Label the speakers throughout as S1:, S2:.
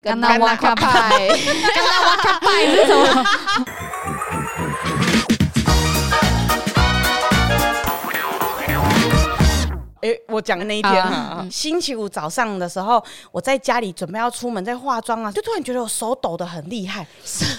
S1: 甘纳瓦卡派，
S2: 甘纳瓦卡派是什么？
S3: 哎、我讲的那一天啊，星期五早上的时候，我在家里准备要出门，在化妆啊，就突然觉得我手抖得很厉害。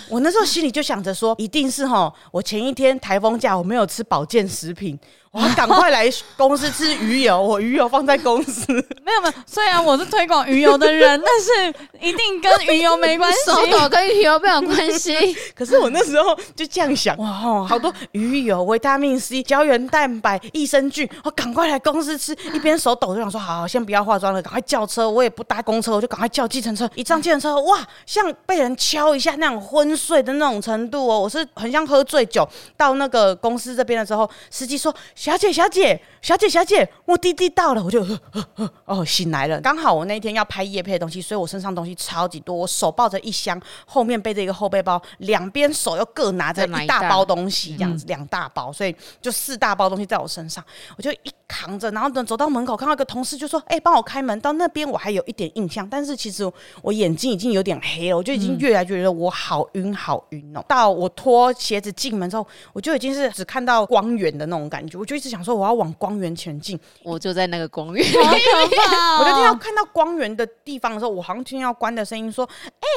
S3: 我那时候心里就想着说，一定是哈，我前一天台风假我没有吃保健食品，我要赶快来公司吃鱼油，我鱼油放在公司，
S2: 没有没有，虽然我是推广鱼油的人，但是一定跟鱼油没关系。
S1: 手抖跟鱼油没有关 系。
S3: 可是我那时候就这样想，哇吼，好多鱼油、维他命 C、胶原蛋白、益生菌，我赶快来公司吃。一边手抖就想说，好，先不要化妆了，赶快叫车。我也不搭公车，我就赶快叫计程车。一上计程车，哇，像被人敲一下那种昏睡的那种程度哦，我是很像喝醉酒。到那个公司这边的时候，司机说：“小姐，小姐，小姐，小姐，我滴滴到了。”我就 呃呃呃哦醒来了。刚好我那天要拍夜配的东西，所以我身上东西超级多，我手抱着一箱，后面背着一个后背包，两边手又各拿着
S1: 再拿
S3: 一
S1: 一
S3: 大
S1: 大
S3: 包东西，这样子两大包，所以就四大包东西在我身上，我就一扛着，然后等走到门口，看到一个同事就说：“哎、帮我开门。”到那边我还有一点印象，但是其实我眼睛已经有点黑了，我就已经越来越觉得我好晕好晕哦。到我脱鞋子进门之后，我就已经是只看到光源的那种感觉，我就一直想说我要往光源前进，
S1: 我就在那个公寓，，
S2: 好可怕、
S3: 我
S2: 哦！
S3: 就听到看到光源的地方的时候，我好像听到关的声音说：“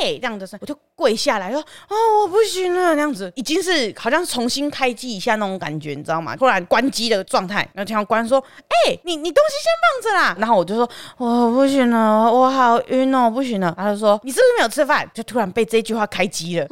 S3: 哎、这样的声音。”我就跪下来说：“哦，我不行了。”那样子已经是好像重新开机一下那种感觉，你知道吗？突然关机的状态，然后听到关说：“哎、你你东西先放着啦。”然后我就说：“我不行了，我好晕哦，不行了。”他就说：“你是不是没有吃饭？”就突然被这句话开机了。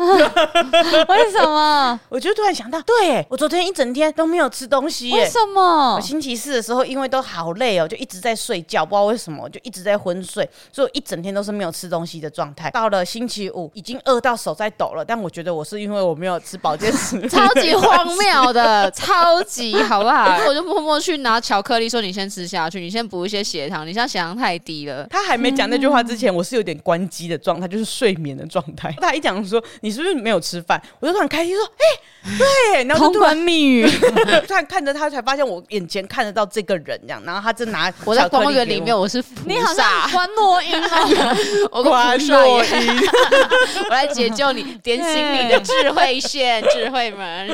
S2: 为什么？
S3: 我就突然想到，对我昨天一整天都没有吃东西耶
S2: 为。什么
S3: 我？星期四的时候，因为都好累哦，就一直在睡觉，不知道为什么，就一直在昏睡，所以我一整天都是没有吃东西的状态。到了星期五，已经饿到手在抖了，但我觉得我是因为我没有吃保健食 品
S1: 超级荒谬 的，超级好不好？我就默默去拿巧克力，说你先吃下去，你先补一些血糖，你现在血糖太低了。
S3: 他还没讲那句话之前，我是有点关机的 状态，就是睡眠的状态。他一讲说你是不是没有吃饭，我就突然开心说，哎、对，然后
S2: 通
S3: 就突然
S2: 关密语，
S3: 突然看着他，才发现我眼前看得到这个人这样，然后他正拿
S1: 我在
S3: 巧克力
S1: 光源
S3: 给
S1: 里
S3: 我
S1: 面，，我是菩
S2: 你好像
S1: 萨，
S2: 关落音哦。
S1: 我跟
S3: 关
S1: 菩萨一
S3: 若
S1: 样，
S3: 英。
S1: 我来解救你，点醒你的智慧 线、智慧门。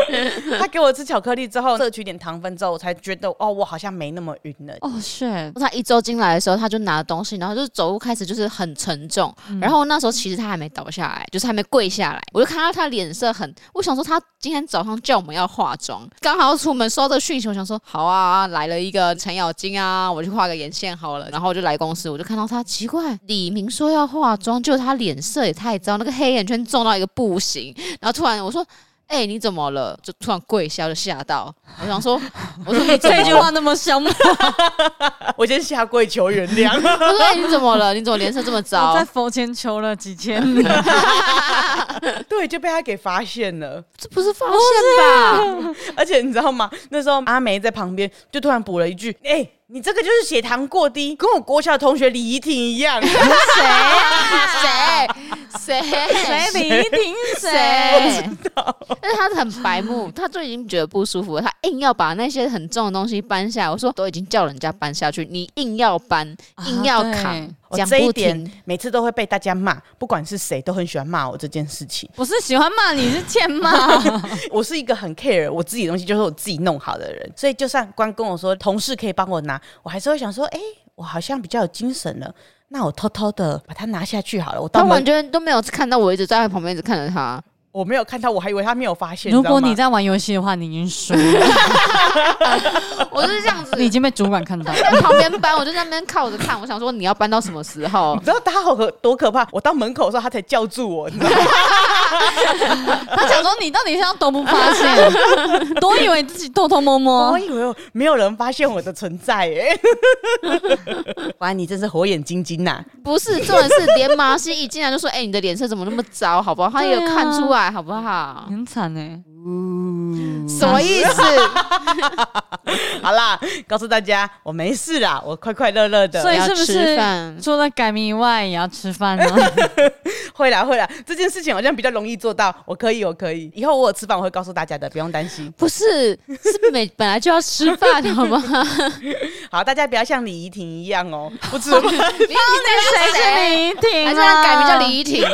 S3: 他给我吃巧克力之后，摄取一点糖分之后，我才觉得哦，我好像没那么晕了。
S2: 哦、shit！
S1: 他一周进来的时候，他就拿东西，然后就是走路开始就是很沉重。然后那时候其实他还没倒下来，就是还没跪下来，我就看到他脸色很，我想说他今天早上叫我们要化妆，刚好要出门收到这个讯息，我想说好啊，来了一个程咬金啊，我去画个眼线好了。然后我就来公司，我就看到他奇怪，李明说要化妆，就他脸色也太糟，那个黑眼圈重到一个不行。然后突然我说。哎、你怎么了？就突然跪下，我就吓到。我想说，我说你怎么
S2: 这
S1: 了
S2: 句话那么凶吗？
S3: 我先下跪求原 谅。
S1: 我说、哎你怎么了？你怎么脸色这么
S2: 我
S1: 糟
S2: 哦在？佛前求了几 千年，
S3: 对，就被他给发现了。
S1: 这不是发现吧？
S3: 而且你知道吗？那时候阿梅在旁边就突然补了一句：“哎、你这个就是血糖过低，跟我国小同学李怡婷一样。
S1: 谁啊？谁？谁？
S2: 谁李婷谁？
S1: 谁？但是他很白目，他就已经觉得不舒服了，他硬要把那些很重的东西搬下来。我说都已经叫人家搬下去，你硬要搬，硬要扛
S2: 对，
S3: 我
S1: 讲
S3: 这一
S1: 不
S3: 点
S1: 停。
S3: 每次都会被大家骂，不管是谁都很喜欢骂我这件事情。
S2: 不是喜欢骂你，是 欠骂。
S3: 我是一个很 care 我自己的东西，就是我自己弄好的人，所以就算关跟我说同事可以帮我拿，我还是会想说：哎、我好像比较有精神了，那我偷偷的把它拿下去好了。我
S1: 他
S3: 到
S1: 完
S3: 门
S1: 全都没有看到我，一直在旁边一直看着他。
S3: 我没有看到，我还以为他没有发现。
S2: 如果你
S3: 知道吗
S2: 在玩游戏的话，你已经输 了，
S1: 我就是这样子，
S2: 你已经被主管看到了。
S1: 在旁边搬，我就在那边靠着看。我想说你要搬到什么时候
S3: 你？知道他好可多可怕？我到门口的时候，他才叫住我，你知道吗？
S2: 他想说你到底是要都不发现， 都以为自己偷偷摸摸
S3: 我。以为我没有人发现我的存在耶、哇，你真是火眼金睛呐、
S1: 不是，重点是连麻西一进来就说：“哎、你的脸色怎么那么糟？好不好？”他也有
S2: 对啊
S1: 看出来，好不好？
S2: 很惨哎，
S1: 什么意 思？
S3: 好啦，告诉大家，我没事啦，我快快乐乐
S2: 所
S3: 的。
S2: 以是不
S1: 要吃
S2: 是
S1: 饭
S2: 除了改名以外，也要吃饭 呢？
S3: 会啦会啦，这件事情好像比较容易做到，我可以我可以。以后我有吃饭我会告诉大家的，不用担心。
S1: 不是，是每本来就要吃饭，好吗？
S3: 好，大家不要像李怡婷一样哦，不吃饭
S1: 你你
S2: 谁是李怡婷、啊？
S1: 还是他改名叫李？怡婷？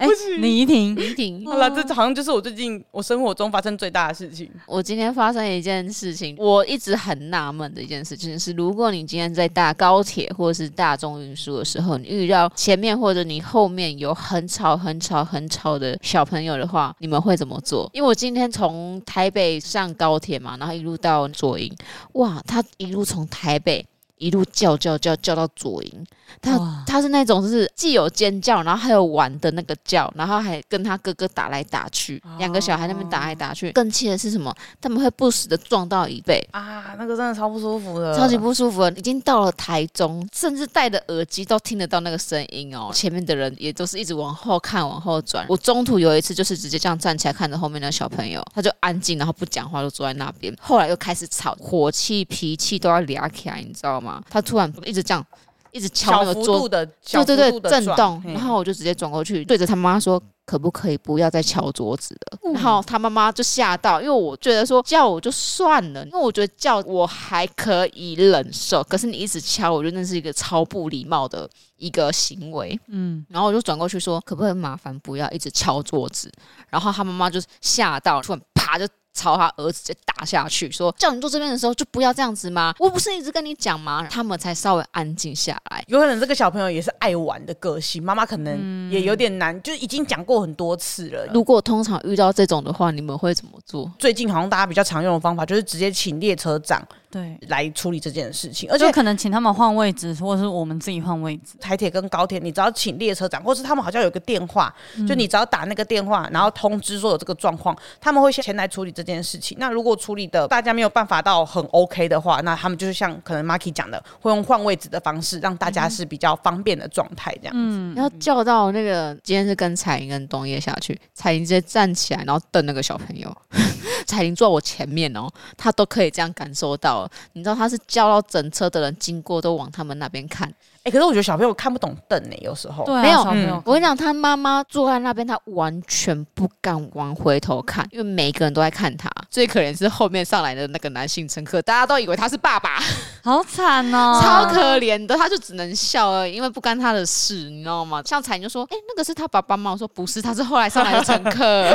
S2: 哎、李怡婷，
S1: 李怡婷，
S3: 好了，这好像就是我最近我生活中发生最大的事情。
S1: 我今天发生一件事情，我一直很纳闷的一件事情是，如果你今天在搭高铁或者是大众运输的时候，你遇到前面或者你后面有很吵、很吵、很吵的小朋友的话，你们会怎么做？因为我今天从台北上高铁嘛，然后一路到左营，哇，他一路从台北。一路叫叫叫叫到左营，他
S2: 哇
S1: 他是那种就是既有尖叫，然后还有玩的那个叫，然后还跟他哥哥打来打去，两个小孩那边打来打去。更气的是什么？他们会不时的撞到椅背，
S3: 啊，那个真的超不舒服的，
S1: 超级不舒服的。已经到了台中，甚至戴着耳机都听得到那个声音哦。前面的人也都是一直往后看，往后转。我中途有一次就是直接这样站起来看着后面的小朋友，他就安静，然后不讲话，就坐在那边。后来又开始吵，火气、脾气都要俩起来，你知道吗？他突然一直这样。一直敲
S3: 小
S1: 那个
S3: 幅
S1: 桌
S3: 度的，小
S1: 对
S3: 幅
S1: 对对
S3: 度，的
S1: 震
S3: 撞
S1: 动。
S3: 嘿
S1: 然后我就直接转过去，对着他妈说。可不可以不要再敲桌子了？
S3: 嗯
S1: 然后他妈妈就吓到，因为我觉得说叫我就算了，因为我觉得叫我还可以忍受，可是你一直敲，我觉得那是一个超不礼貌的一个行为。
S2: 嗯，
S1: 然后我就转过去说，可不可以麻烦不要一直敲桌子？然后他妈妈就吓到，突然啪就朝他儿子直接打下去，说叫你坐这边的时候就不要这样子吗？我不是一直跟你讲吗？他们才稍微安静下来。
S3: 有可能这个小朋友也是爱玩的个性，妈妈可能也有点难，就已经讲过很多次了。
S1: 如果通常遇到这种的话，你们会怎么做？
S3: 最近好像大家比较常用的方法就是直接请列车长
S2: 对，
S3: 来处理这件事情，而
S2: 就
S3: 且
S2: 可能请他们换位置，或者是我们自己换位置。
S3: 台铁跟高铁，你只要请列车长，或是他们好像有个电话，就你只要打那个电话，然后通知说有这个状况，他们会先前来处理这件事情。那如果处理的大家没有办法到很 OK 的话，那他们就是像可能 Marky 讲的，会用换位置的方式，让大家是比较方便的状态这样。
S2: 嗯，
S1: 要叫到那个今天是跟彩玲跟冬叶下去，彩玲直接站起来，然后瞪那个小朋友。 彩玲坐我前面哦，她都可以这样感受到了。你知道她是叫到整车的人经过都往他们那边看。
S3: 哎、可是我觉得小朋友看不懂瞪呢、有时候。
S2: 对啊，
S1: 没有
S2: 小朋友
S3: 嗯
S1: 我跟你讲，她妈妈坐在那边，她完全不敢往回头看，因为每个人都在看她。最可怜是后面上来的那个男性乘客，大家都以为他是爸爸。
S2: 好惨哦，
S1: 超可怜的，他就只能笑而已，因为不干他的事，你知道吗？像彩玲就说：“哎、那个是他爸爸吗？”我说：“不是，他是后来上来的乘 客，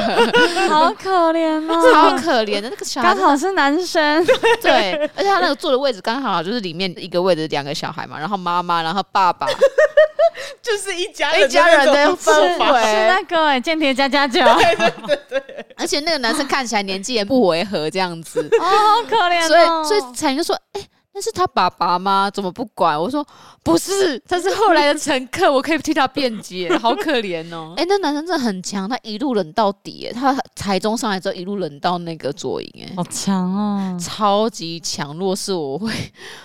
S2: 好可怜
S1: 超
S2: 哦。
S1: 可怜的那个小孩
S2: 刚。好是男生，”
S1: 对，而且他那个坐的位置刚好就是里面一个位置两个小孩嘛，然后妈妈，然后爸爸，
S3: 就是一家
S1: 一家人的
S2: 是
S1: 氛
S2: 是
S1: 围。
S2: 那个哎，间谍加加酒，
S1: 而且那个男生看起来年纪也不违和，这样子。
S2: 哦，好可怜
S1: 所
S2: 哦。
S1: 以所以彩玲就说：“哎、那是他爸爸吗？怎么不管？”我说：“不是，他是后来的乘客，我可以替他辩解，好可怜哦。哎，那男生真的很强，他一路冷到底，哎，他台中上来之后一路冷到那个左营，哎。
S2: 好强哦！
S1: 超级强！若是我会，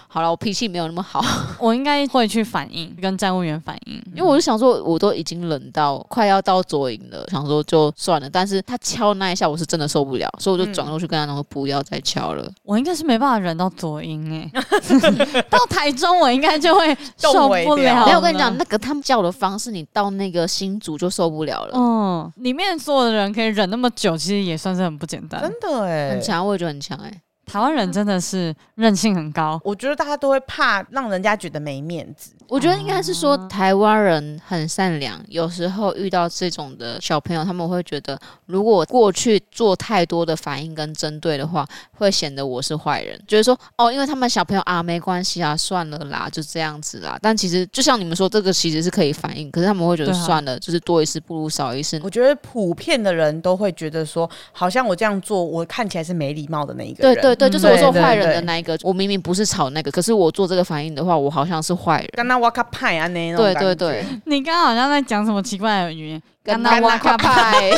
S1: 好了，我脾气没有那么好，
S2: 我应该会去反映，跟站务员反映。
S1: 因为我就想说，我都已经冷到快要到左营了，想说就算了。但是他敲那一下，我是真的受不了，所以我就转过去跟他讲说，不要再敲了。
S2: 我应该是没办法忍到左 营哎、到台中我应该就会受不了。
S1: 没有，我跟你讲，，那个他们叫的方式，你到那个新竹就受不了了。
S2: 嗯，里面所有的人可以忍那么久，其实也算是很不简单。
S3: 真的哎、
S1: 很强，我也觉得很强哎、
S2: 台湾人真的是韧性很高，
S3: 我觉得大家都会怕让人家觉得没面子，
S1: 我觉得应该是说
S2: 哦
S1: 台湾人很善良，有时候遇到这种的小朋友，他们会觉得如果我过去做太多的反应跟针对的话，会显得我是坏人，觉得说哦，因为他们小朋友啊，没关系啊，算了啦，就这样子啦。但其实就像你们说，这个其实是可以反应，可是他们会觉得
S2: 对啊
S1: 算了，就是多一事不如少一事。
S3: 我觉得普遍的人都会觉得说，好像我这样做，我看起来是没礼貌的那一个
S1: 对
S3: 人。
S1: 对对，
S2: 嗯
S1: 就是我
S3: 对
S1: 做
S3: 对
S1: 坏人
S3: 对
S1: 的那一个，我明明不是吵那个，可是我做这个反应的话，我好像是坏人。
S3: 刚刚瓦卡派啊那种
S1: 对
S3: 感
S1: 对
S3: 觉
S1: 对，
S2: 你刚刚好像在讲什么奇怪的语言，
S1: 跟
S2: 那
S1: 那
S2: 我
S1: 瓦卡派，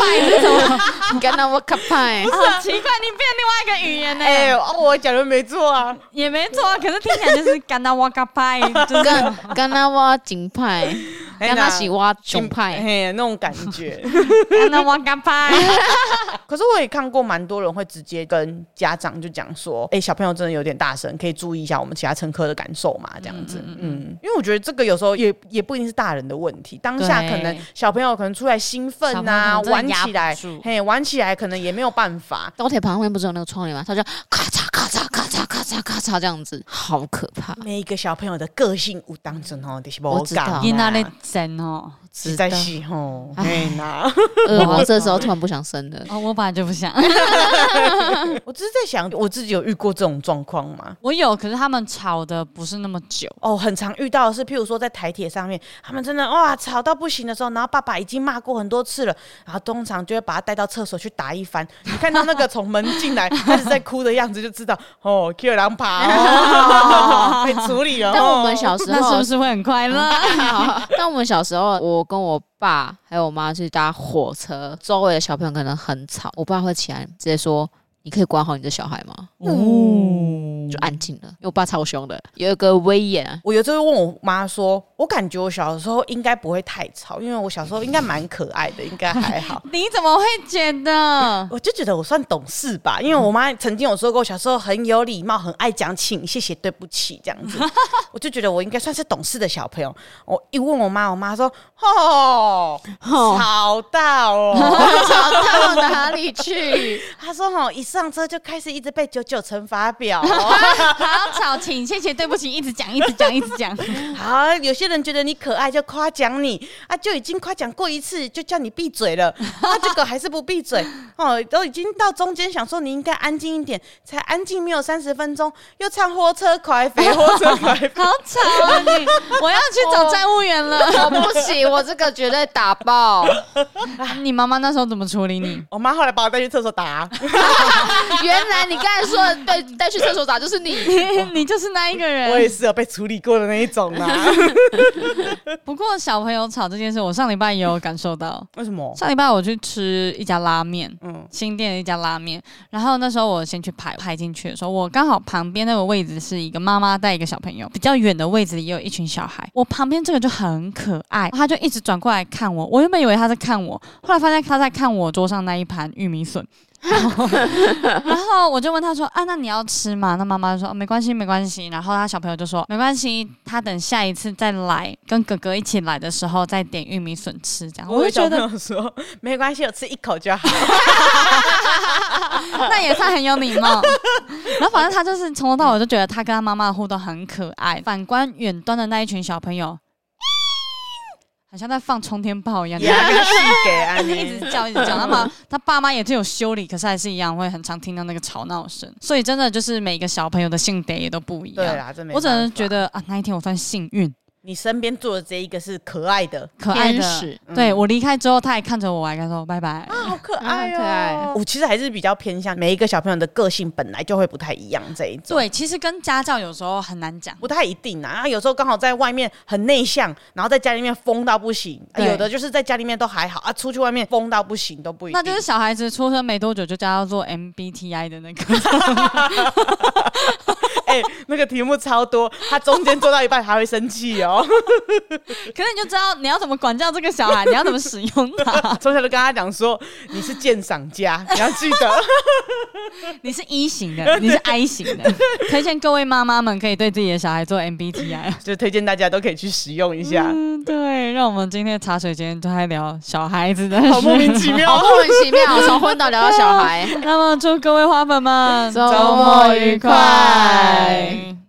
S1: 跟那瓦卡派是什么？跟那瓦卡派，
S2: 好奇怪，你变另外一个语言呢、
S3: 哎、哦，我讲的没错啊，
S2: 也没错啊，可是听起来就是干到哇嘎 拜，就是
S1: 跟跟那瓦金派，
S3: 哎
S1: 跟那喜瓦熊派。
S3: 嘿，那种感觉。
S2: 干到哇嘎拜。
S3: 可是我也看过蛮多人会直接跟家长就讲说，哎、小朋友真的有点大声，可以注意一下我们其他乘客的感受嘛，这样子。嗯，因为我觉得这个有时候也也不一定是大人的问题，当下
S2: 对
S3: 可能小朋友可能出来兴奋呐、
S2: 小朋友可
S3: 玩
S2: 能真的
S3: 起
S2: 压
S3: 来
S2: 不住，
S3: 嘿，玩起来可能也没有办法。
S1: 高铁旁边不是有那个窗帘吗？他就咔嚓咔嚓咔嚓咔嚓咔嚓这样子，好可怕。
S3: 每一个小朋友的个性有当中吼，就是无
S1: 我知道
S3: 讲，
S2: 因那咧整哦，
S3: 实在是吼，哎 呐，
S1: 呃，我这时候突然不想生了。
S2: 哦，我本来就不想，
S3: 我只是在想，我自己有遇过这种状况吗？
S2: 我有，可是他们吵的不是那么久，
S3: 哦，很常遇到的是，譬如说在台铁上面，他们真的哇吵到不行的时候，然后爸爸已经骂过很多次了，然后通常就会把他带到厕所去打一番。你看到那个从门进来开始在哭的样子，就知道哦，Q 狼爬哦， 被处理了。
S1: 但我们
S3: 哦
S1: 小时
S2: 那是
S1: 候
S2: 不，是会很快乐？
S1: 但我们小时候，我跟我爸还有我妈去搭火车，周围的小朋友可能很吵，我爸会起来直接说：“你可以管好你的小孩吗？”嗯就安静了，因为我爸超凶的，有一个威严啊。
S3: 我有时候问我妈说，我感觉我小时候应该不会太吵，因为我小时候应该蛮可爱的，应该还好。
S2: 你怎么会觉得？
S3: 我就觉得我算懂事吧，因为我妈曾经有说过，小时候很有礼貌，很爱讲请、谢谢、对不起这样子，我就觉得我应该算是懂事的小朋友。我一问我妈，我妈说：“哦，吵到哦。
S1: 吵到哪里 去？”
S3: 她说：“哦，一上车就开始一直被九九乘法表、哦。
S2: 还要吵，请谢谢对不起，一直讲一直讲一直讲，
S3: 好，有些人觉得你可爱就夸奖你啊，就已经夸奖过一次，就叫你闭嘴 了，啊，这个还是不闭嘴哦，都已经到中间，想说你应该安静一点，才安静没有三十分钟，又唱火车快飞，火车快飞。
S2: 好吵啊哦你！我要去找站务员了。
S1: 我不行，我这个绝对打爆。
S2: 啊你妈妈那时候怎么处理你？
S3: 我妈后来把我带去厕所打、啊
S1: 原来你刚才说的带带去厕所打就是你，
S2: 你就是那一个
S3: 我也
S2: 人。
S3: 是有被处理过的那一种 啊。
S2: 不过小朋友吵这件事，我上礼拜也有感受到。
S3: 为什么？
S2: 上礼拜我去吃一家拉面，
S3: 嗯，
S2: 新店的一家拉面。然后那时候我先去排排进去的时候，我刚好旁边那个位置是一个妈妈带一个小朋友，比较远的位置也有一群小孩。我旁边这个就很可爱，他就一直转过来看我。我原本以为他在看我， 后来发现他在看我桌上那一盘玉米笋。然后然后我就问他说：“啊，那你要吃吗？”那妈妈就说：“哦没关系，没关系。”然后他小朋友就说：“没关系，他等下一次再来，跟哥哥一起来的时候再点玉米笋吃。”这样，我
S3: 我
S2: 就
S3: 有
S2: 觉
S3: 小
S2: 得
S3: 朋友说没关系，我吃一口就好。
S2: 那也算很有 礼貌。然后反正他就是从头到尾就觉得他跟他妈妈的互动很可爱。反观远端的那一群小朋友， 好像在放冲天炮一样。
S3: 呀， 跟细给安
S2: 一
S3: 妮。
S2: 直叫，一直叫。他妈，他爸妈也是有修理，可是还是一样会很常听到那个吵闹声。所以真的就是每个小朋友的性格也都不一
S3: 对
S2: 样。
S3: 啦，真没办法。
S2: 我只能觉得啊，那一天我算幸运，
S3: 你身边坐的这一个是可爱的，
S2: 可爱
S1: 天
S2: 的
S1: 使。
S3: 嗯
S2: 对我离开之后，他还看着我，还跟他说拜拜。
S3: 好可
S1: 爱哦可爱
S3: 我其实还是比较偏向每一个小朋友的个性本来就会不太一样这一种。
S2: 对，其实跟家教有时候很难讲。
S3: 不太一定啊，啊有时候刚好在外面很内向，然后在家里面疯到不行；啊
S2: 对
S3: 有的就是在家里面都还好啊，出去外面疯到不行都不一定。
S2: 那就是小孩子出生没多久就叫他做 MBTI 的那个，
S3: 哎、那个题目超多，他中间做到一半还会生气哦。
S2: 可是你就知道你要怎么管教这个小孩，你要怎么使用它。
S3: 从小就跟他讲说，你是鉴赏家，你要记得。
S2: 你是 E 型的，你是 I 型的，推荐各位妈妈们可以对自己的小孩做 MBTI。
S3: 就推荐大家都可以去使用一下。
S2: 嗯， 对，让我们今天的茶水间都在聊小孩子的
S3: 好莫 名其
S1: 好
S3: 妙，
S1: 莫名其妙，从昏倒聊到小孩。
S2: 那么祝各位花粉们
S1: 周末愉快